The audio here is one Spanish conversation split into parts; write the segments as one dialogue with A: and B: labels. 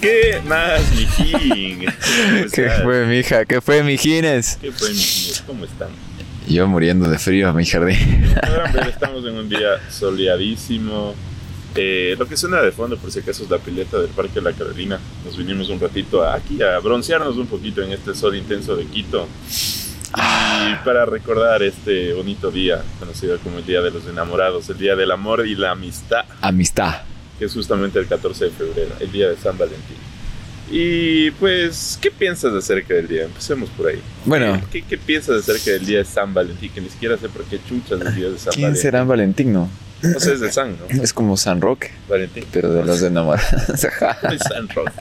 A: ¿Qué más, mijín?
B: ¿Qué fue, mija? ¿Qué fue, mijines?
A: ¿Qué fue, mijín? ¿Cómo están?
B: Yo muriendo de frío en mi jardín.
A: En Gran Vela Estamos en un día soleadísimo. Eh, lo que suena de fondo, por si acaso, es la pileta del Parque La Carolina. Nos vinimos un ratito aquí a broncearnos un poquito en este sol intenso de Quito.
B: Ah.
A: Y para recordar este bonito día, conocido como el Día de los Enamorados, el Día del Amor y la Amistad,
B: Amistad.
A: que es justamente el 14 de febrero, el Día de San Valentín. Y pues, ¿qué piensas acerca del día? Empecemos por ahí.
B: Bueno,
A: Eh, ¿Qué, qué piensas acerca del día de San Valentín? Que ni siquiera sé por qué chuchas el día de San
B: ¿quién
A: Valentín.
B: será en Valentín, no?
A: No sé, es de San, ¿no?
B: Es como San Roque,
A: Valentín.
B: pero de los enamorados. Ajá.
A: Es San Roque.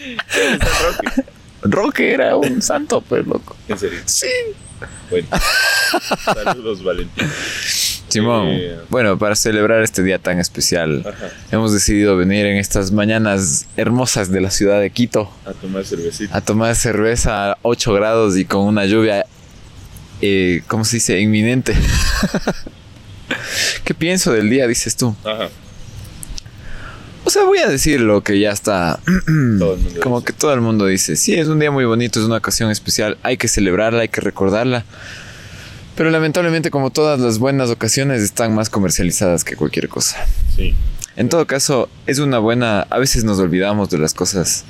A: Es San Roque.
B: Roque era un santo, pues, loco.
A: En serio.
B: Sí.
A: Bueno. Saludos, Valentín.
B: Simón,
A: Eh,
B: bueno, para celebrar este día tan especial,
A: Ajá.
B: hemos decidido venir en estas mañanas hermosas de la ciudad de Quito
A: A tomar cervecita.
B: a tomar cerveza a 8 grados y con una lluvia, eh, ¿cómo se dice? Inminente. ¿Qué pienso del día, dices tú?
A: Ajá.
B: O sea, voy a decir lo que ya está.
A: Todo el mundo
B: Como
A: dice.
B: que todo el mundo dice, sí, es un día muy bonito, es una ocasión especial, hay que celebrarla, hay que recordarla. Pero lamentablemente, como todas las buenas ocasiones, están más comercializadas que cualquier cosa.
A: Sí.
B: En todo caso, es una buena. A veces nos olvidamos de las cosas.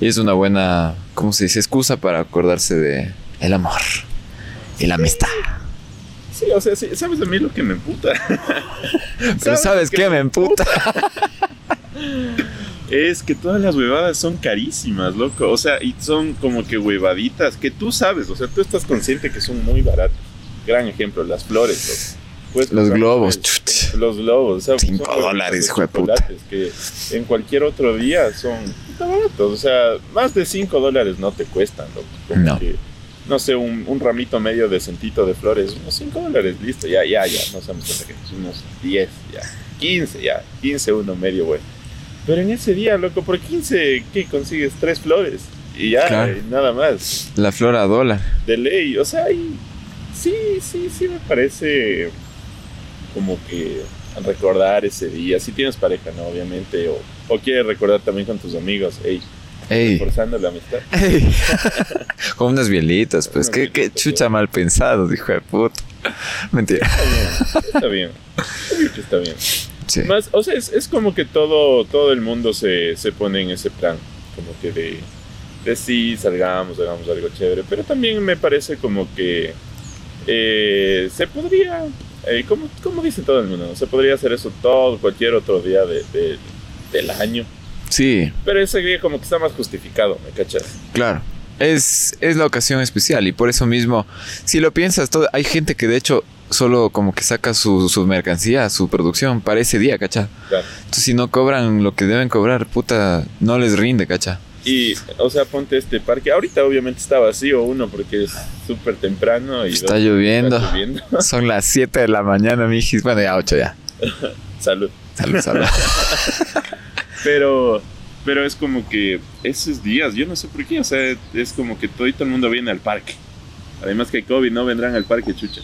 B: Y es una buena. ¿Cómo se dice? Excusa para acordarse de. El amor. Y la amistad.
A: Sí, o sea, sí, ¿sabes a mí lo que me emputa?
B: Pero ¿sabes qué? Me emputa.
A: Es que todas las huevadas son carísimas, loco. O sea, y son como que huevaditas que tú sabes, o sea, tú estás consciente que son muy baratas. Gran ejemplo, las flores, loco. Puedes
B: Los
A: comprar
B: globos.
A: flores,
B: chuch.
A: Los globos, o sea, son
B: Cinco
A: huevadas
B: dólares,
A: de
B: hijo de puta.
A: chocolates Que en cualquier otro día son puta baratos. O sea, más de 5 dólares no te cuestan, loco. Como
B: No.
A: que, no sé, un, un ramito medio decentito de flores, unos 5 dólares, listo, ya, ya, ya. No seamos exagerados, unos 10, ya. 15 ya, 15 uno medio bueno. Pero en ese día, loco, por 15, ¿qué consigues? Tres flores y ya,
B: Claro.
A: y nada más.
B: La flor a dólar.
A: De ley, o sea, y sí, sí, sí me parece como que recordar ese día, si tienes pareja, ¿no? Obviamente, o, o quieres recordar también con tus amigos, ey,
B: Ey.
A: forzando la amistad.
B: Ey. Con unas bielitas, pues.
A: Unas
B: Qué, qué
A: bielitas,
B: chucha mal pensado, hijo de puta. Mentira.
A: Está bien, está bien, está bien.
B: Sí.
A: Más, o sea, es, es como que todo, todo el mundo se, se pone en ese plan, como que de, de sí, salgamos, hagamos algo chévere, pero también me parece como que eh, se podría, eh, como, como dice todo el mundo, se podría hacer eso todo, cualquier otro día de- de- del año,
B: Sí,
A: pero ese día como que está más justificado, ¿me cachas?
B: Claro. Es, es la ocasión especial y por eso mismo, si lo piensas, todo, hay gente que de hecho solo como que saca su, su mercancía, su producción para ese día, ¿cacha?
A: Claro.
B: Entonces si no cobran lo que deben cobrar, puta, no les rinde, ¿cacha?
A: Y, o sea, ponte este parque, ahorita obviamente está vacío, uno, porque es súper temprano y
B: Está
A: dos,
B: lloviendo.
A: está lloviendo.
B: Son las 7 de la mañana, mijis. Bueno, ya 8 ya.
A: Salud.
B: Salud, salud.
A: Pero, pero es como que esos días, yo no sé por qué, o sea, es como que todo, todo el mundo viene al parque. Además que hay COVID, no vendrán al parque, chucha.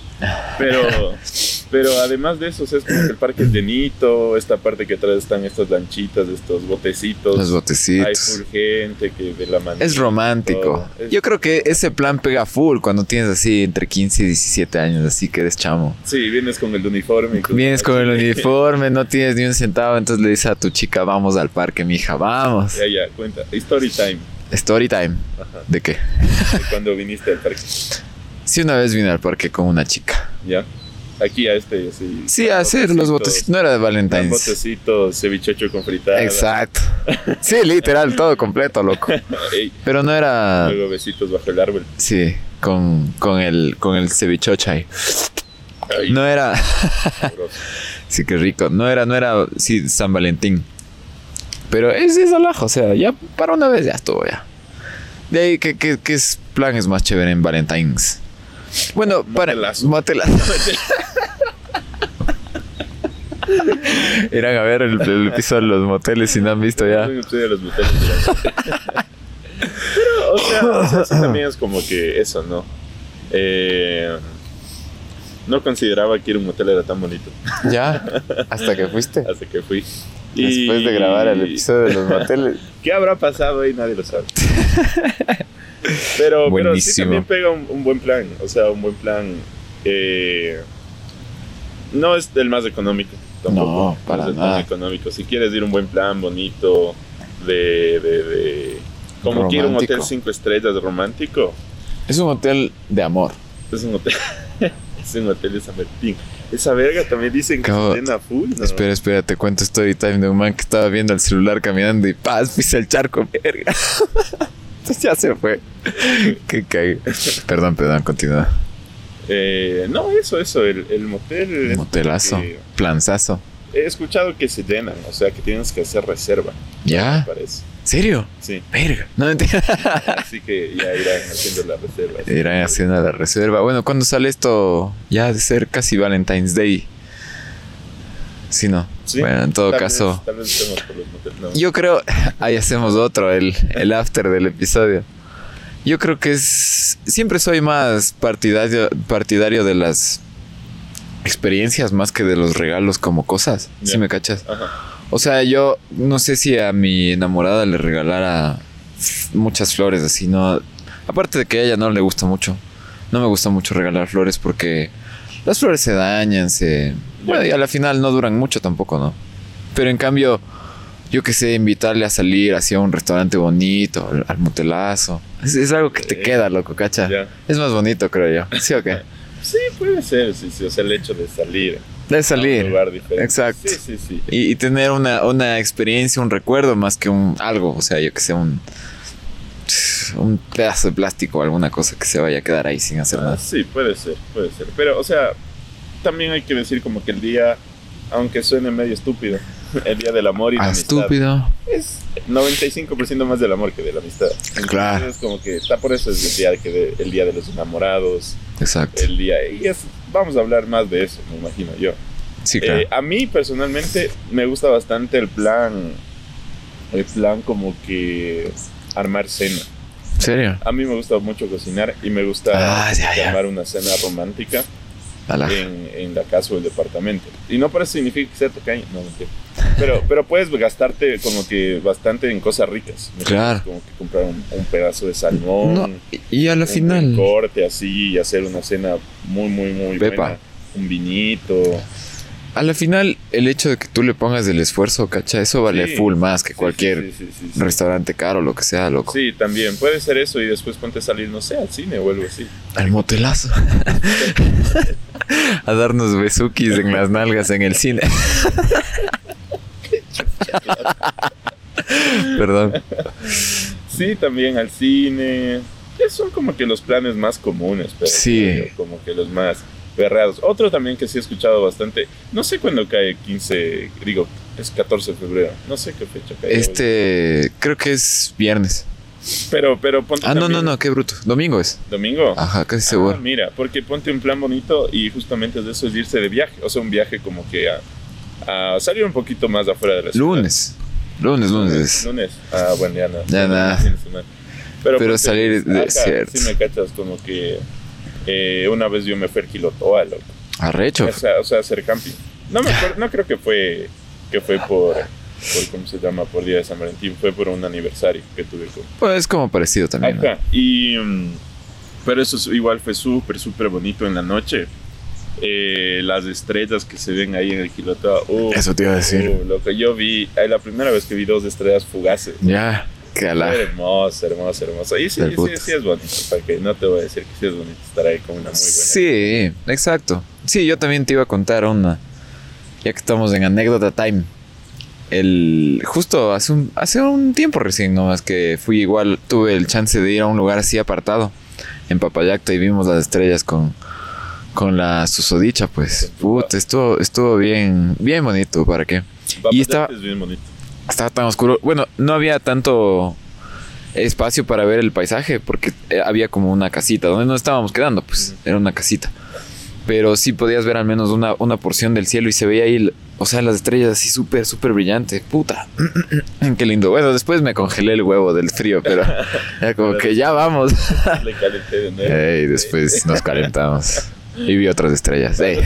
A: Pero, pero además de eso, o sea, es como que el parque es llenito, esta parte que atrás están estas lanchitas, estos botecitos.
B: Los
A: hay
B: botecitos.
A: full gente que de la mano.
B: Es romántico.
A: Es-
B: Yo creo que ese plan pega full cuando tienes así entre 15 y 17 años, así que eres chamo.
A: Sí, vienes con el uniforme. y
B: Vienes con el uniforme, no tienes ni un centavo, entonces le dices a tu chica, vamos al parque, mija, vamos.
A: Ya, ya, cuenta. Story time,
B: Story time. ¿De qué?
A: de cuando viniste al parque.
B: Sí, una vez vine al parque con una chica.
A: ¿Ya? Aquí a este, así.
B: Sí, a hacer los botecitos. No era de
A: Un
B: Valentine's.
A: botecito, cevichocho con fritada.
B: Exacto. Sí, literal, todo completo, loco.
A: Ey,
B: Pero no era.
A: luego besitos bajo el árbol.
B: Sí, con, con el con el cevichocha ahí.
A: Ay,
B: No era.
A: sabroso.
B: Sí, qué rico. No era, no era. Sí, San Valentín. Pero es, es alajo, o sea, ya para una vez ya estuvo ya. De ahí, ¿qué, qué, qué es- plan es más chévere en Valentine's? Bueno, para.
A: Motelazo.
B: Motelazo. Irán a ver el, el piso de los moteles si no han visto ya.
A: Yo estoy a los moteles, pero- Pero, o sea, o sea, sí también es como que eso, ¿no? Eh, no consideraba que ir a un motel era tan bonito
B: Ya, hasta que fuiste.
A: hasta que fui. Y-
B: Después de grabar el episodio de los moteles.
A: ¿Qué habrá pasado ahí? Nadie lo sabe. Pero, pero sí
B: Buenísimo.
A: también pega un, un buen plan. O sea, un buen plan. eh, no es el más económico tampoco.
B: No, para
A: es el
B: nada.
A: más económico. Si quieres ir a un buen plan bonito, de. de, de como quiero un
B: Romántico.
A: hotel cinco estrellas romántico,
B: Es un hotel de amor.
A: es un hotel. es un hotel de San Martín. Esa verga también dicen que
B: Cabo,
A: se llena full. ¿no?
B: Espera, espera, te cuento story time de un man que estaba viendo el celular caminando y ¡paz! pisa el charco, verga. Entonces ya se fue. Qué cague. Perdón, perdón, continúa.
A: Eh, no, eso, eso. El, el motel. es
B: Motelazo,
A: que-
B: planzazo.
A: He escuchado que se llenan, o sea que tienes que hacer reserva, me
B: ¿Ya?
A: parece.
B: ¿Serio?
A: Sí,
B: Verga. No mentira.
A: así que ya irán haciendo la reserva.
B: Irán haciendo la reserva. Bueno, ¿cuándo sale esto? Ya ha de ser casi Valentine's Day. Sí, no.
A: Sí,
B: Bueno, en todo
A: Tal vez-
B: caso.
A: Tal vez estemos por los moteles. No.
B: Yo creo. Ahí hacemos otro, el, el after del episodio. Yo creo que es. Siempre soy más partidario, partidario de las experiencias más que de los regalos como cosas. Si
A: Ya.
B: me cachas.
A: Ajá.
B: O sea, yo no sé si a mi enamorada le regalara f- muchas flores, así, ¿no? Aparte de que a ella no le gusta mucho. No me gusta mucho regalar flores porque las flores se dañan, se... Bueno, y a la final no duran mucho tampoco, ¿no? Pero en cambio, yo que sé, invitarle a salir hacia un restaurante bonito, al, al motelazo. Es, es algo que te
A: Eh,
B: queda, loco, cacha.
A: Ya.
B: Es más bonito, creo yo. ¿Sí o qué?
A: Sí, puede ser, sí, sí, o sea, el hecho de salir.
B: De
A: A un
B: salir.
A: lugar diferente.
B: Exacto.
A: Sí, sí, sí.
B: y, y tener una, una experiencia, un recuerdo más que un algo, o sea, yo que sé, un, un pedazo de plástico o alguna cosa que se vaya a quedar ahí sin hacer
A: Ah,
B: nada.
A: sí, puede ser, puede ser. Pero, o sea, también hay que decir como que el día, aunque suene medio estúpido, el día del amor y la
B: Ah,
A: amistad.
B: estúpido.
A: es 95% más del amor que de la amistad.
B: Claro.
A: Entonces, Es como que está por eso es el día, que de- el día de los enamorados,
B: Exacto.
A: el día... Y es, vamos a hablar más de eso, me imagino yo.
B: Sí, claro.
A: Eh, a mí personalmente me gusta bastante el plan, el plan como que armar cena.
B: ¿En serio?
A: A mí me gusta mucho cocinar y me gusta
B: Ah, ya, ya. Ah.
A: armar una cena romántica
B: Ala.
A: en, en la casa o el departamento. Y no para eso significa que sea tacaño, no, mentira. Pero, pero puedes gastarte como que bastante en cosas ricas. ¿no?
B: Claro.
A: Como que comprar un, un pedazo de salmón,
B: No, y a la
A: un
B: final.
A: buen corte así y hacer una cena muy, muy, muy
B: Pepa.
A: buena. Un vinito.
B: A la final, el hecho de que tú le pongas el esfuerzo, cacha, eso vale
A: Sí.
B: full más que
A: Sí,
B: cualquier
A: sí, sí, sí, sí.
B: restaurante caro, lo que sea, loco.
A: Sí, también puede ser eso y después ponte a salir, no sé, al cine o algo así.
B: Al motelazo. a darnos besukis en las nalgas en el cine. Perdón.
A: Sí, también al cine. Esos son como que los planes más comunes, pero
B: Sí.
A: creo yo, como que los más berrados. Otro también que sí he escuchado bastante, no sé cuándo cae 15, digo, es 14 de febrero, no sé qué fecha cae. hoy.
B: Este, creo que es viernes.
A: Pero, pero ponte
B: Ah, no,
A: también
B: no, no, qué bruto. Domingo es.
A: ¿Domingo?
B: Ajá, casi
A: Ah,
B: seguro.
A: mira, porque ponte un plan bonito y justamente de eso es irse de viaje, o sea, un viaje como que a, a salir un poquito más afuera de la ciudad.
B: Lunes. Lunes, lunes es.
A: Lunes. Ah, bueno, ya no.
B: Ya nada.
A: fin de semana. Pero,
B: Pero
A: pues,
B: salir
A: acá
B: de- cierto.
A: Sí me cachas como que eh, una vez yo me fui al Quilotoa, loco.
B: Arrecho.
A: O sea, o sea, hacer camping. No me acuerdo, no creo que fue que fue por, por cómo se llama, por día de San Valentín, fue por un aniversario que tuve con
B: Pues es como parecido también. ¿no?
A: Ajá, y. mm, Pero eso es- igual fue súper, súper bonito en la noche. Eh, las estrellas que se ven ahí en el Quilotoa. uh,
B: Eso te iba a decir.
A: uh, loco, yo vi, eh, la primera vez que vi dos estrellas fugaces.
B: Ya. Que ala.
A: Hermoso, hermoso, hermoso. Y sí,
B: Del
A: sí,
B: puto.
A: sí es bonito. Para que no te voy a decir que sí es bonito estar ahí con una muy buena.
B: Sí, exacto. Sí, yo también te iba a contar una. Ya que estamos en anécdota time. El, justo hace un, hace un tiempo recién nomás que fui igual, tuve el chance de ir a un lugar así apartado en Papayacta y vimos las estrellas con, con la susodicha, pues. Puta, estuvo, estuvo bien, bien bonito, ¿para qué?
A: Papá,
B: Y estaba-
A: Es bien bonito.
B: estaba tan oscuro. Bueno, no había tanto espacio para ver el paisaje porque eh, había como una casita donde nos estábamos quedando, pues era una casita. pero sí podías ver al menos una, una porción del cielo y se veía ahí, o sea, las estrellas así súper, súper brillante. Puta, qué lindo. Bueno, después me congelé el huevo del frío, pero era como que ya vamos.
A: Le calenté de nuevo.
B: Ey, después nos calentamos y vi otras estrellas. Ey.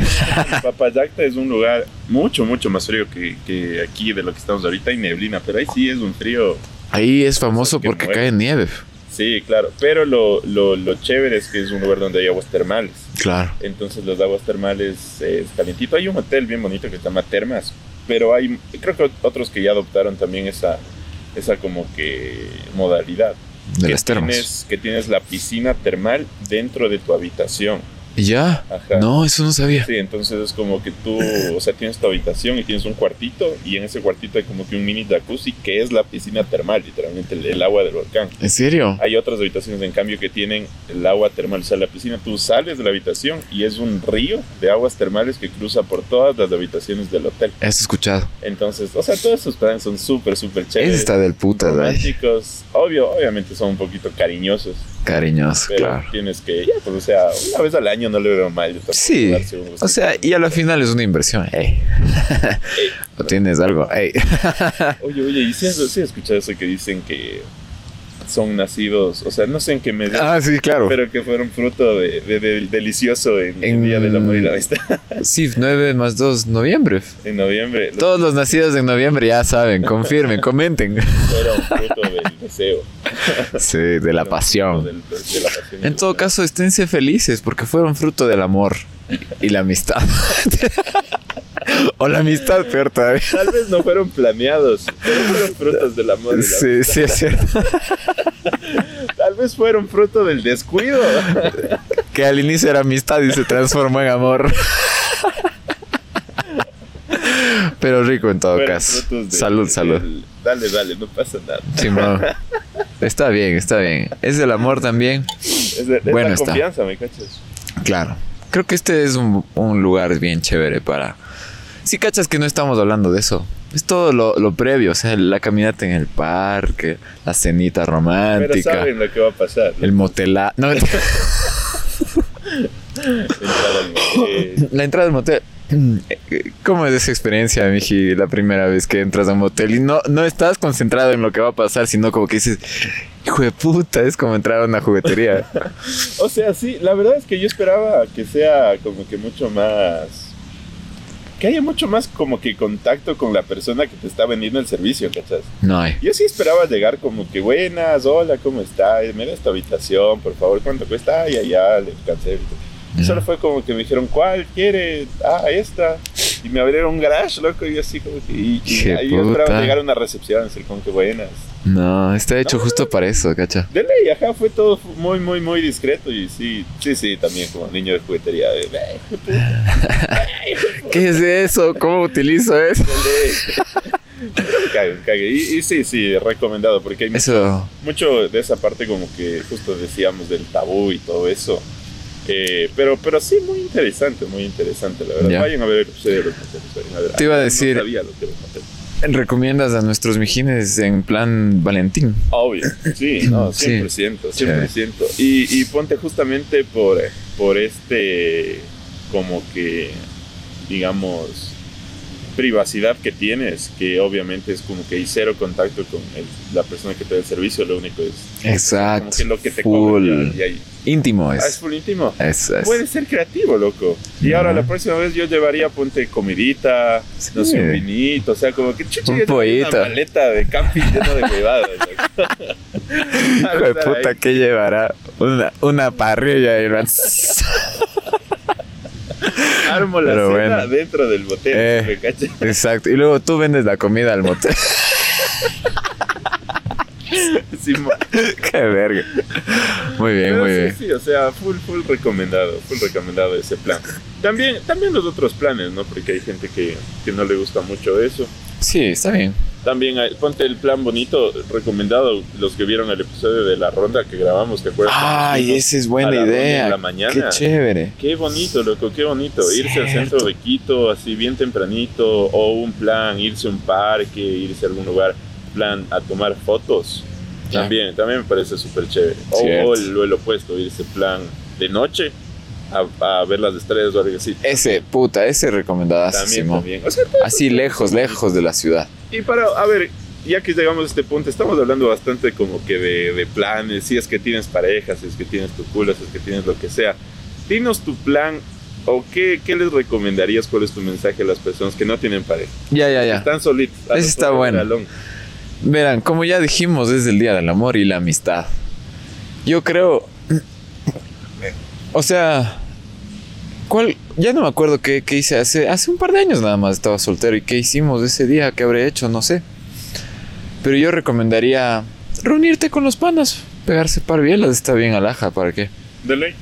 A: Papayacta es un lugar mucho, mucho más frío que, que aquí de lo que estamos ahorita. Hay neblina, pero ahí sí es un frío.
B: Ahí es famoso porque cae nieve.
A: Sí, claro. Pero lo, lo, lo chévere es que es un lugar donde hay aguas termales.
B: Claro.
A: Entonces las aguas termales eh, es calientito. Hay un hotel bien bonito que se llama Termas, pero hay, creo que otros que ya adoptaron también esa, esa como que modalidad.
B: De
A: que
B: las termas.
A: Tienes, que tienes la piscina termal dentro de tu habitación.
B: ¿Y ya?
A: Ajá.
B: No, eso no sabía.
A: Sí, entonces es como que tú, o sea, tienes tu habitación y tienes un cuartito y en ese cuartito hay como que un mini jacuzzi que es la piscina termal, literalmente el, el agua del volcán.
B: ¿En serio?
A: Hay otras habitaciones, en cambio, que tienen el agua termal. O sea, la piscina, tú sales de la habitación y es un río de aguas termales que cruza por todas las habitaciones del hotel.
B: Eso he escuchado.
A: Entonces, o sea, todos esos planes son súper, súper
B: Ese
A: chéveres.
B: está del puta, güey.
A: románticos. Obvio, obviamente son un poquito cariñosos,
B: Cariñoso,
A: pero
B: claro.
A: tienes que, ya, pues, o sea, una vez al año no le veo mal. yo tampoco
B: Sí.
A: darse un gustito.
B: O sea, y a la final es una inversión. Ey. o tienes algo. Ey.
A: Oye, oye, ¿y si has, si has escuchado eso que dicen que son nacidos, o sea, no sé en qué medio,
B: Ah, sí, claro.
A: pero que fueron fruto de, de- del delicioso en,
B: En-
A: el Día del Amor y la Amistad
B: Sí, 9 más 2, noviembre.
A: en noviembre? Los
B: Todos los nacidos en noviembre ya saben, confirmen, comenten.
A: que fueron fruto del deseo.
B: Sí, de la pasión.
A: Del- del- de la pasión.
B: En todo caso, esténse felices porque fueron fruto del amor y la amistad. o la amistad, peor todavía.
A: Tal vez no fueron planeados, pero fueron frutos del amor. y la
B: Sí, sí, es cierto.
A: amistad. Tal vez fueron fruto del descuido.
B: Que al inicio era amistad y se transformó en amor. Pero rico en todo
A: Fueron
B: caso.
A: frutos de-
B: salud, salud.
A: del- dale, dale, no pasa nada.
B: Simón. Está bien, está bien. Es del amor también.
A: Es, de, es
B: Bueno
A: la
B: está.
A: confianza, ¿me cachas?
B: Claro. Creo que este es un, un lugar bien chévere para... Si cachas que no estamos hablando de eso. Es todo lo, lo previo, o sea, la caminata en el parque, la cenita
A: Pero
B: romántica,
A: saben lo que va a pasar.
B: el motelá... No,
A: Entrar al motel.
B: la entrada al motel. ¿Cómo es esa experiencia, Miji, la primera vez que entras a un motel y no, no estás concentrado en lo que va a pasar, sino como que dices, hijo de puta, es como entrar a una juguetería.
A: O sea, sí, la verdad es que yo esperaba que sea como que mucho más... Que haya mucho más como que contacto con la persona que te está vendiendo el servicio, ¿cachas?
B: No hay.
A: Yo sí esperaba llegar como que buenas, hola, ¿cómo estás? Mira esta habitación, por favor, ¿cuánto cuesta? Ay, ya, le cansé.
B: Ya.
A: Solo fue como que me dijeron, ¿cuál quiere? Ah, esta. Y me abrieron un garage, loco, y yo así como que... Y, y
B: Qué
A: ahí yo
B: puta.
A: esperaba llegar a una recepción, decir como que buenas.
B: No, está hecho justo para eso, cacha.
A: De ley, ajá, fue todo fu- muy, muy, muy discreto y sí, sí, sí, también como niño de juguetería. De, "Ay, hijo de puta,
B: ¿Qué es eso? ¿Cómo utilizo eso?
A: de ley". Pero me cague, me cague. Y, y sí, sí, recomendado, porque hay mu-
B: Eso,
A: mucho de esa parte como que justo decíamos del tabú y todo eso. Eh, pero, pero sí, muy interesante, muy interesante, la verdad.
B: Ya.
A: Vayan a ver el episodio de los moteles, vayan a ver.
B: Te iba a
A: Ah,
B: decir-
A: No sabía lo que era un motel.
B: recomiendas a nuestros mijines en plan Valentín.
A: Obvio, sí, no,
B: Sí.
A: 100%, 100%. Y, y ponte justamente por, por este, como que, digamos, privacidad que tienes, que obviamente es como que hay cero contacto con el- la persona que te da el servicio, lo único es como
B: Exacto.
A: que lo que te
B: Full.
A: cobran. ya- ya ahí.
B: Íntimo
A: Ah, es
B: es.
A: full íntimo.
B: Es, Pues, es.
A: Puedes ser creativo, loco. Y ahora
B: Ajá.
A: la próxima vez yo llevaría, ponte comidita, no
B: Sí.
A: sé, un vinito, o sea, como que chucha,
B: Un
A: yo tengo
B: pollito.
A: una maleta de camping lleno de huevadas. loco.
B: Hijo de puta, ¿qué llevará? Una, una parrilla y una-
A: Armo la
B: Pero
A: cena
B: bueno.
A: dentro del botel,
B: Eh.
A: ¿me cachas?
B: Exacto. Y luego tú vendes la comida al motel.
A: Simón.
B: Qué verga. Muy bien,
A: Pero
B: muy
A: sí,
B: bien.
A: sí, o sea, full, full recomendado, full recomendado ese plan. También, también los otros planes, ¿no? Porque hay gente que, que no le gusta mucho eso.
B: Sí, está bien.
A: También, hay- ponte el plan bonito, recomendado, los que vieron el episodio de la ronda que grabamos, ¿te acuerdas?
B: Ay, esa es
A: A
B: buena
A: la una de
B: idea.
A: la mañana.
B: Qué chévere.
A: Qué bonito, loco, qué bonito. Irse al
B: Cierto.
A: centro de Quito así bien tempranito, o un plan, irse a un parque, irse a algún lugar, plan a tomar fotos.
B: Ya.
A: También, también me parece súper chévere. O,
B: Cierto.
A: o el, o el opuesto, irse plan de noche a, a ver las estrellas o algo así.
B: Ese, puta, ese
A: También,
B: recomendadísimo.
A: también. O sea, todo-
B: Así lejos, lejos de la ciudad.
A: Y para, a ver, ya que llegamos a este punto, estamos hablando bastante como que de, de planes, si es que tienes parejas, si es que tienes tu culo, si es que tienes lo que sea. Dinos tu plan o qué, qué les recomendarías, cuál es tu mensaje a las personas que no tienen pareja,
B: Ya, ya,
A: que
B: ya.
A: están solitos. a
B: Ah. Ese
A: los
B: está
A: dos,
B: bueno.
A: salón.
B: Verán, como ya dijimos, es el día del amor y la amistad. Yo creo. O sea. ¿Cuál? Ya no me acuerdo qué, qué hice hace, hace un par de años nada más estaba soltero y qué hicimos ese día, qué habré hecho, no sé. Pero yo recomendaría reunirte con los panas, pegarse par bielas, está bien alhaja, ¿para qué?
A: De ley,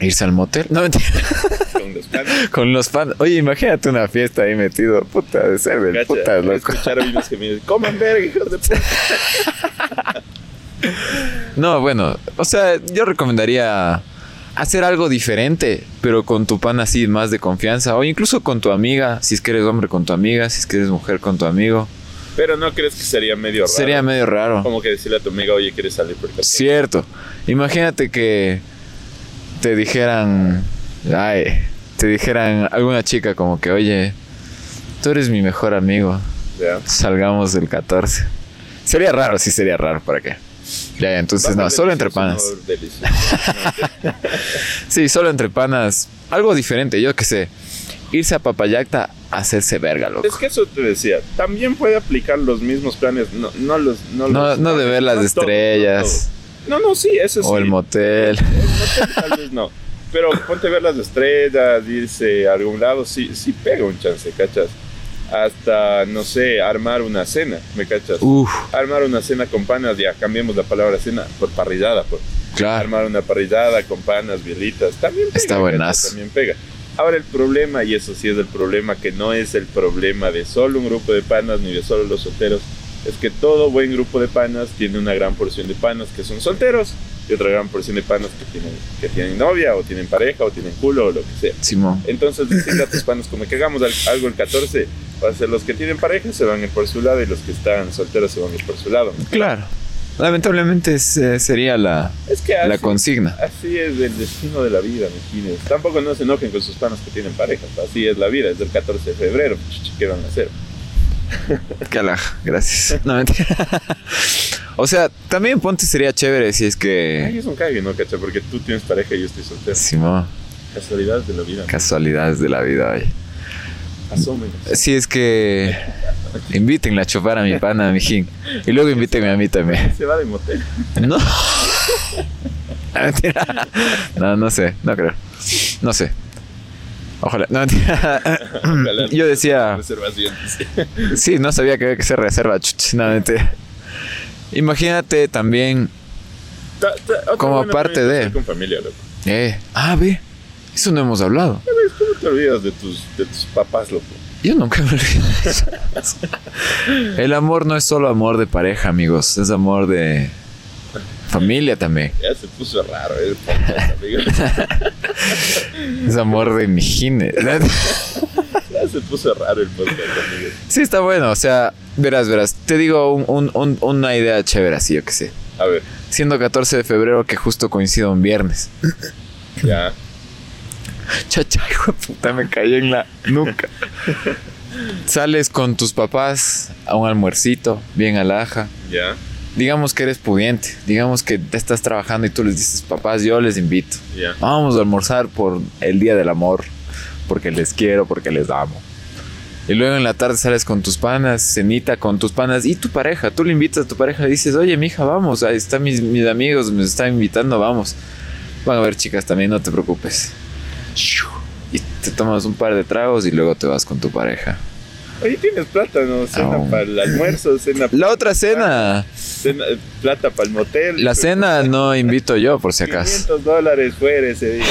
B: Irse al motel. No, mentira.
A: con los planes.
B: Con los panas. Oye, imagínate una fiesta ahí metido. Puta, de ser del
A: Cacha,
B: puta,
A: voy a
B: loco.
A: escuchar a unos que me dicen, coman verga, hijos de puta.
B: No, bueno, o sea, yo recomendaría hacer algo diferente, pero con tu pan así más de confianza, o incluso con tu amiga, si es que eres hombre con tu amiga, si es que eres mujer con tu amigo.
A: Pero no crees que sería medio raro.
B: Sería medio raro.
A: como que decirle a tu amiga, oye, ¿quieres salir por acá?
B: Cierto. Imagínate que te dijeran, ay, te dijeran alguna chica como que, oye, tú eres mi mejor amigo,
A: Ya.
B: salgamos del 14. Sería raro, sí sería raro, ¿para qué? Ya, ya, entonces no,
A: Vamos,
B: solo entre
A: delicioso,
B: panas.
A: no, delicioso.
B: Sí, solo entre panas. Algo diferente, yo qué sé. Irse a Papayacta a hacerse verga, loco.
A: Es que eso te decía, también puede aplicar los mismos planes, no, no los... No,
B: No,
A: los-
B: no de ver
A: no
B: las
A: todo,
B: estrellas
A: No, no, sí, eso sí.
B: o el motel.
A: Tal vez no. Pero ponte a ver las estrellas, irse a algún lado, sí, sí pega un chance, ¿cachas? Hasta, no sé, armar una cena, ¿me cachas?
B: Uf,
A: Armar una cena con panas, ya, cambiemos la palabra cena por parrillada, por
B: claro.
A: armar una parrillada con panas, birritas, también pega.
B: Está
A: ¿cachas?
B: buenazo.
A: También pega. Ahora el problema, y eso sí es el problema, que no es el problema de solo un grupo de panas ni de solo los solteros, es que todo buen grupo de panas tiene una gran porción de panas que son solteros y otra gran porción de panas que tienen, que tienen novia o tienen pareja o tienen culo o lo que sea.
B: Simón.
A: Entonces decirle a tus panas, como que hagamos al- algo el 14, va a ser los que tienen pareja se van a ir por su lado y los que están solteros se van a ir por su lado.
B: Claro. Lamentablemente se- sería la,
A: Es que
B: la
A: así-
B: consigna.
A: Así es el destino de la vida, Mejines. Tampoco no se enojen con sus panas que tienen parejas. Así es la vida, es del 14 de febrero. Ch, ch, ¿Qué van a hacer?
B: Calaja, gracias. No, mentira. O sea, también ponte sería chévere si es
A: Ay,
B: que...
A: es un cague, ¿no, cacha? Porque tú tienes pareja y yo estoy soltero.
B: Simón,
A: Casualidades de la vida.
B: casualidades de la vida hoy.
A: Asómenos.
B: Si es que invítenla a chupar a mi pana, a mi jin. Y luego invítenme a mí también.
A: Se va de motel.
B: No. Mentira. No, no sé, no creo. No sé. Ojalá. No, mentira.
A: Ojalá
B: Yo decía,
A: Reservaciones.
B: sí, no sabía que había que ser reserva. chuch, No, mentira. Imagínate también.
A: Ta- ta- otra
B: Como
A: buena
B: aparte
A: también es
B: de-
A: estar Con familia, loco.
B: Eh, ah, ve. Eso no hemos hablado.
A: Ya ves, ¿Cómo te olvidas de tus, de tus papás, loco?
B: Yo nunca me olvido de eso. El amor no es solo amor de pareja, amigos. Es amor de familia también.
A: Ya se puso raro, ¿eh? podcast, amigo.
B: Es amor de mijines.
A: Ya se puso raro el podcast, amigo.
B: Sí, está bueno. O sea, verás, verás. Te digo un- un- un- una idea chévere, así yo que sé.
A: A ver,
B: Siendo 14 de febrero que justo coincide un viernes.
A: ya.
B: Chacha, hijo de puta, me caí en la nuca. Sales con tus papás a un almuercito, bien alhaja.
A: Ya,
B: Digamos que eres pudiente. Digamos que te estás trabajando y tú les dices, papás, yo les invito.
A: ya.
B: Vamos a almorzar por el día del amor, porque les quiero, porque les amo. Y luego en la tarde sales con tus panas, cenita con tus panas y tu pareja. Tú le invitas a tu pareja y dices, oye, mija, vamos, ahí están mis, mis amigos, me están invitando, vamos. Van a ver chicas también, no te preocupes. Shiu. Y te tomas un par de tragos y luego te vas con tu pareja.
A: Ahí tienes plata, ¿no? Cena
B: Aún.
A: para el almuerzo, cena Ah,
B: La otra cena,
A: Cena- eh, plata para el motel.
B: la cena no invito yo por si acaso.
A: 500 dólares fuera ese día.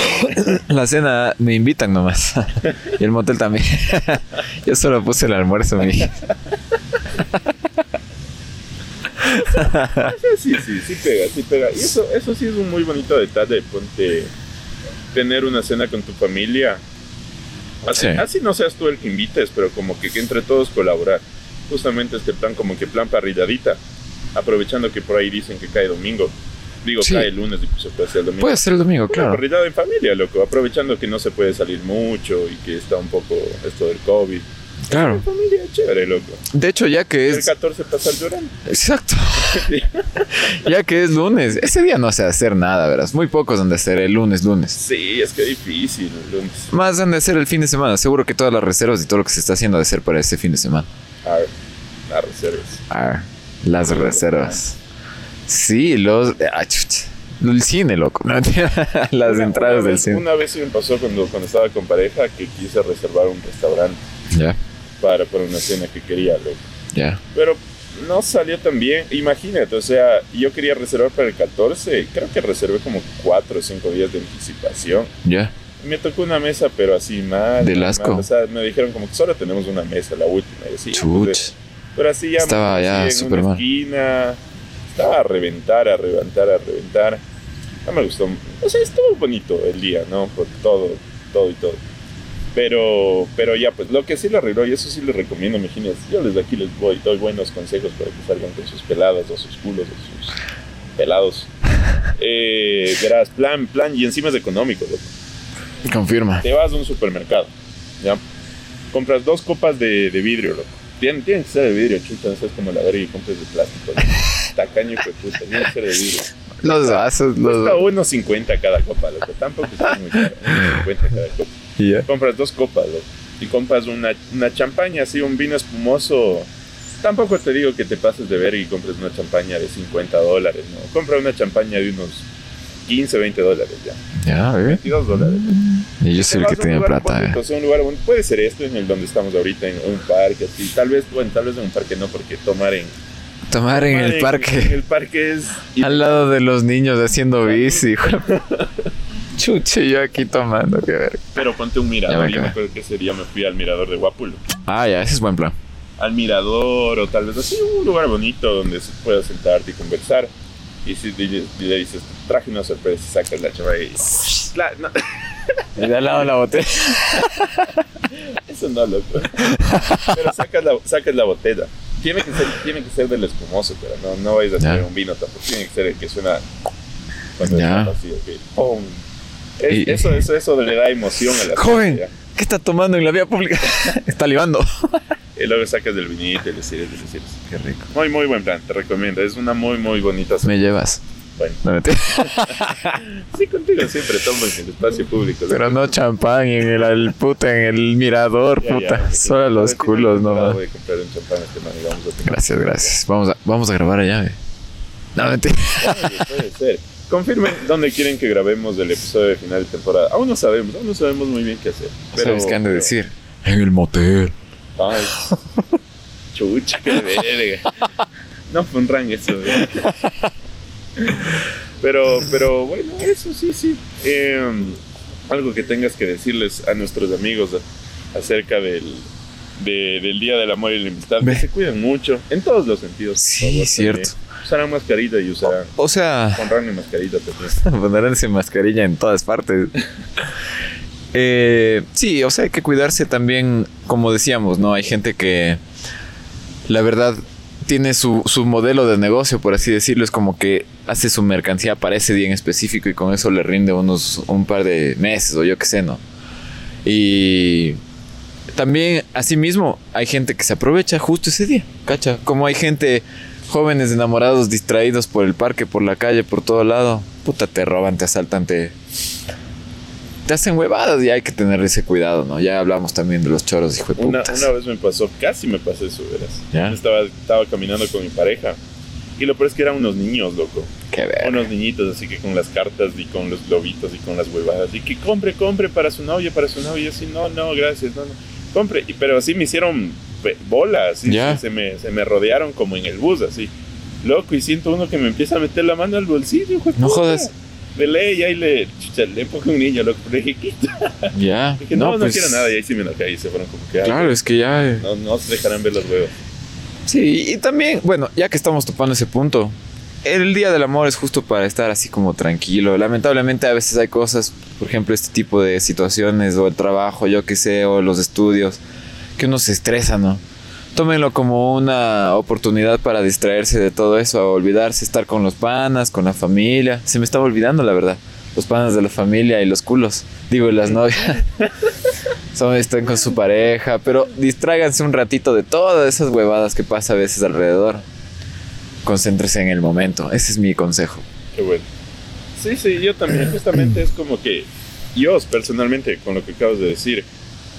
B: La cena me invitan nomás. y el motel también. Yo solo puse el almuerzo, mi hija.
A: O sea, Ah, sí, sí, sí pega, sí pega. Y eso, eso sí es un muy bonito detalle, ponte tener una cena con tu familia. Así,
B: Sí.
A: así no seas tú el que invites, pero como que, que entre todos colaborar. Justamente este plan como que plan parrilladita, aprovechando que por ahí dicen que cae domingo. Digo,
B: Sí. Pues
A: cae el lunes y se puede hacer el domingo.
B: Puede ser el domingo,
A: Una
B: claro.
A: corrida en familia, loco, aprovechando que no se puede salir mucho y que está un poco esto del COVID.
B: Claro.
A: En familia, chévere, loco.
B: De hecho, ya que
A: El
B: es.
A: 14 pasar llorando.
B: Exacto. ya que es lunes. Ese día no se hacer nada, verás. Muy pocos han de hacer el lunes, lunes.
A: Sí, es que difícil el lunes.
B: Más han de hacer el fin de semana. Seguro que todas las reservas y todo lo que se está haciendo ha de ser para este fin de semana.
A: A ver, las reservas.
B: Ar, las reservas. Sí, los. ah, chucha. El cine, loco. ¿no? las
A: Una- una
B: entradas del
A: vez-
B: cine.
A: Una vez sí me pasó cuando, cuando estaba con pareja que quise reservar un restaurante
B: Ya,
A: para, para una cena que quería, loco.
B: ya.
A: Pero no salió tan bien. Imagínate, o sea, yo quería reservar para el 14. Creo que reservé como 4 o 5 días de anticipación.
B: Ya,
A: Me tocó una mesa, pero así mal.
B: Del
A: mal,
B: asco.
A: mal. O sea, me dijeron como que solo tenemos una mesa, la última. Y así, entonces,
B: chuch.
A: Pero así ya
B: Estaba
A: me puse
B: ya
A: en una
B: súper mal.
A: esquina. Estaba a reventar, a reventar, a reventar. No me gustó. O sea, estuvo bonito el día, ¿no? Por todo, todo y todo. Pero, pero ya, pues lo que sí lo arregló, y eso sí les recomiendo, imagínense. Yo desde aquí les voy, doy buenos consejos para que salgan con sus peladas o sus culos o sus pelados. Eh, verás, plan, plan, y encima es económico, loco
B: Confirma.
A: te vas a un supermercado, ¿ya? Compras dos copas de, de vidrio, loco. Tienen, tienen que ser de vidrio, chuta, no seas como la verga y compras de plástico. loco. Tacaño que puta, tienen que ser de vidrio.
B: Los vasos,
A: Cuesta
B: los.
A: 1.50 cada copa, loco. Tampoco es muy caro, 1.50 cada copa.
B: Ya.
A: Compras dos copas, loco. Y compras una, una champaña, así, un vino espumoso. Tampoco te digo que te pases de verga y compres una champaña de 50 dólares, ¿no? Compra una champaña de unos 15, 20 dólares ya.
B: Ya, bebé.
A: 22 dólares.
B: Y yo soy el
A: Vas
B: que
A: a un
B: tenía
A: lugar
B: plata, eh.
A: bonito, o sea, un lugar bonito. Puede ser esto en el donde estamos ahorita, en un parque, así. Tal vez, bueno, tal vez en un parque no, porque tomar en,
B: Tomar en
A: tomar
B: el
A: En
B: parque.
A: el parque es.
B: Al lado de los niños haciendo bici. Chuche, yo aquí tomando, qué verga.
A: Pero ponte un mirador.
B: Ya me
A: Yo me
B: acabé.
A: acuerdo que ese día me fui al mirador de Guapulo.
B: Ah, ya, ese es buen plan.
A: Al mirador, o tal vez así, un lugar bonito donde se pueda sentarte y conversar. Y si te- y le dices, traje una sorpresa, sacas la chava y. La- no,
B: Y de al lado la botella.
A: eso no, loco. Pero sacas la, sacas la botella. Tiene que, ser, tiene que ser del espumoso, pero no, no vais a
B: Ya.
A: hacer un vino tampoco. Tiene que ser el que suena cuando
B: Ya.
A: está vacío, que ¡pum! Es-
B: Y-
A: eso, eso, eso le da emoción a la
B: Joven,
A: gente,
B: ¿qué está tomando en la vía pública? está libando.
A: ya. Y luego sacas del vinito y le sirves, y le sirves.
B: Qué rico.
A: Muy, muy buen plan, te recomiendo. Es una muy, muy bonita.
B: Me llevas.
A: Bueno,
B: No, mentira.
A: sí, contigo siempre tomo en el espacio público.
B: Pero no champán en el, al- puta, en el mirador,
A: Ya, ya,
B: puta.
A: porque-
B: Solo los
A: Ahora sí,
B: culos,
A: no,
B: no más.
A: Voy a comprar un champán a este man y vamos a tomar.
B: Gracias, gracias. Vamos a, vamos a grabar allá, güey. No, mentira.
A: Oye, puede ser. Confirmen dónde quieren que grabemos el episodio de final de temporada. Aún no sabemos, aún no sabemos muy bien qué hacer. Pero,
B: ¿Sabes qué han de
A: pero-
B: decir? En el motel.
A: Ay, chucha, qué verga. No fue un rango eso. ¿verdad? Pero, pero bueno, eso sí, sí. Em, algo que tengas que decirles a nuestros amigos a- acerca del, de- del Día del Amor y la Amistad.
B: Ve.
A: Que se cuiden mucho, en todos los sentidos. por
B: Sí,
A: favor,
B: cierto.
A: también. Usarán mascarita y usarán.
B: O sea,
A: Pondrán mi mascarita también.
B: Ponerse mascarilla en todas partes. Eh, sí, o sea, hay que cuidarse también, como decíamos, ¿no? Hay gente que, la verdad, tiene su, su modelo de negocio, por así decirlo. Es como que hace su mercancía para ese día en específico y con eso le rinde unos un par de meses o yo qué sé, ¿no? Y también, asimismo, hay gente que se aprovecha justo ese día, ¿cacha? Como hay gente, jóvenes enamorados, distraídos por el parque, por la calle, por todo lado. Puta, te roban, te asaltan, te... Te hacen huevadas y hay que tener ese cuidado, ¿no? Ya hablamos también de los choros, hijo de
A: Una,
B: putas.
A: una vez me pasó, casi me pasé eso, verás.
B: ¿Ya?
A: Yo Estaba, estaba caminando con mi pareja. Y lo peor es que eran unos niños, loco.
B: Qué ver.
A: Unos niñitos, así que con las cartas y con los globitos y con las huevadas. Y que compre, compre para su novia, para su novia. Y yo así, no, no, gracias, no, no. Compre. Y, pero así me hicieron pe- bolas. y
B: Ya.
A: Se, me, se me rodearon como en el bus, así. Loco, y siento uno que me empieza a meter la mano al bolsillo, hijo de
B: No
A: puta.
B: jodas.
A: De ley, ahí le, chucha, le empujé a un niño, loco. Le dije, "Quita".
B: Ya.
A: Dije, no, no,
B: pues,
A: quiero nada. Y ahí sí me enojé y se fueron como que. ah,
B: Claro, es que ya... eh,
A: no, no se dejarán ver los huevos.
B: Sí, y también, bueno, ya que estamos topando ese punto, el Día del Amor es justo para estar así como tranquilo. Lamentablemente a veces hay cosas, por ejemplo, este tipo de situaciones o el trabajo, yo qué sé, o los estudios, que uno se estresa, ¿no? tómenlo como una oportunidad para distraerse de todo eso, olvidarse, estar con los panas, con la familia. Se me estaba olvidando, la verdad. Los panas de la familia y los culos. Digo, las novias. Son, están con su pareja, pero distráiganse un ratito de todas esas huevadas que pasa a veces alrededor. Concéntrese en el momento. Ese es mi consejo.
A: Qué bueno. Sí, sí, yo también. Justamente es como que yo personalmente, con lo que acabas de decir,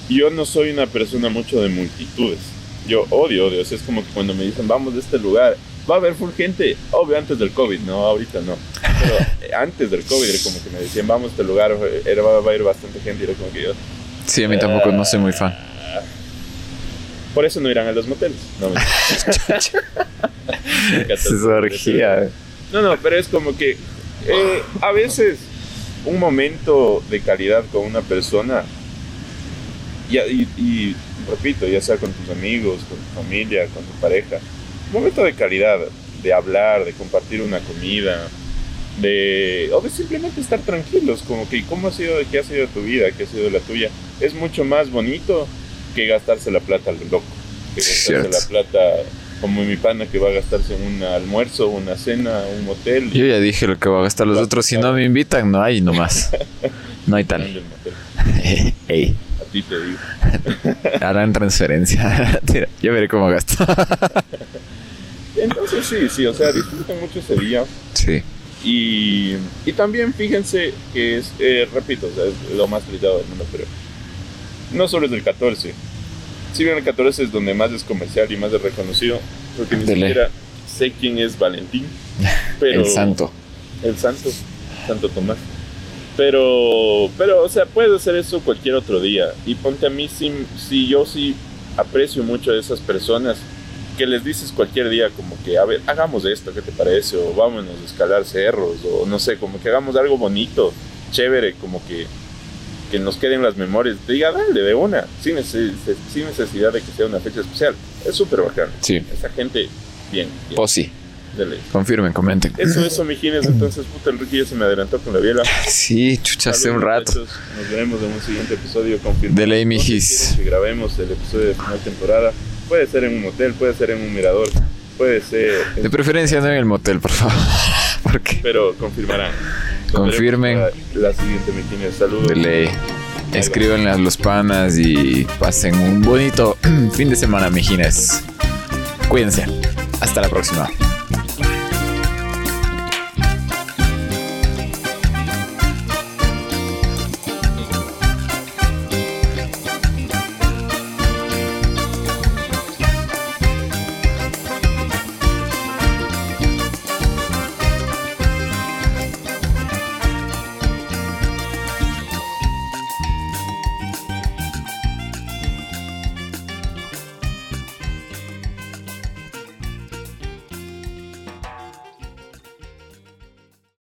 A: yo no soy una persona mucho de multitudes. Yo odio, odio. O sea, es como que cuando me dicen, vamos de este lugar, va a haber full gente. Obvio, antes del COVID, no, ahorita no. Pero eh, antes del COVID, era como que me decían, vamos a este lugar, era, va, va a ir bastante gente. Y era como que yo,
B: Sí, a mí tampoco, no soy muy fan.
A: por eso no irán a los moteles. No, me encanta
B: Es
A: el-
B: orgía.
A: No, no, pero es como que eh, a veces un momento de calidad con una persona, y, y- y repito, ya sea con tus amigos, con tu familia, con tu pareja, un momento de calidad, de hablar, de compartir una comida, de, o de simplemente estar tranquilos, como que cómo ha sido, qué ha sido tu vida, qué ha sido la tuya, es mucho más bonito que gastarse la plata al loco, que gastarse
B: Cierto.
A: la plata como mi pana que va a gastarse en un almuerzo, una cena, un motel.
B: Yo ya dije lo que voy a gastar los otros. Si no me invitan, no hay nomás. No hay tal.
A: Del motel.
B: Ey,
A: A ti te digo.
B: harán transferencia. Tira, yo veré cómo gasto.
A: Entonces sí, sí, o sea, disfruten mucho ese día.
B: Sí,
A: Y, y también fíjense que es, eh, repito, o sea, es lo más gritado del mundo, pero no solo es del 14. Si bien el 14 es donde más es comercial y más es reconocido, porque ni
B: De ley.
A: siquiera sé quién es Valentín, pero
B: el santo.
A: el santo, Santo Tomás. Pero, pero, o sea, puedes hacer eso cualquier otro día. Y ponte a mí, si, si yo sí aprecio mucho a esas personas que les dices cualquier día, como que, a ver, hagamos esto, ¿qué te parece? O vámonos a escalar cerros, o no sé, como que hagamos algo bonito, chévere, como que, que nos queden las memorias. Te diga, dale, de una, sin, neces- sin necesidad de que sea una fecha especial. Es súper bacano.
B: Sí,
A: Esa gente, bien, bien,
B: posi.
A: de ley.
B: Confirmen, comenten.
A: Eso, eso, mijines. Entonces, puta, Enrique ya se me adelantó con la biela.
B: Sí, chucha, hace un
A: Saludos,
B: rato.
A: muchachos. Nos veremos en un siguiente episodio. Confirmado.
B: De ley,
A: Entonces,
B: mijis.
A: quiero Que grabemos el episodio de final temporada. Puede ser en un hotel, puede ser en un mirador, puede ser. en-
B: De preferencia no en el motel, por favor. Porque
A: Pero confirmarán. Nos
B: Confirmen.
A: veremos La, la siguiente, mijines. Saludos.
B: de ley. Escríbanle a los panas y pasen un bonito fin de semana, mijines. Cuídense. Hasta la próxima.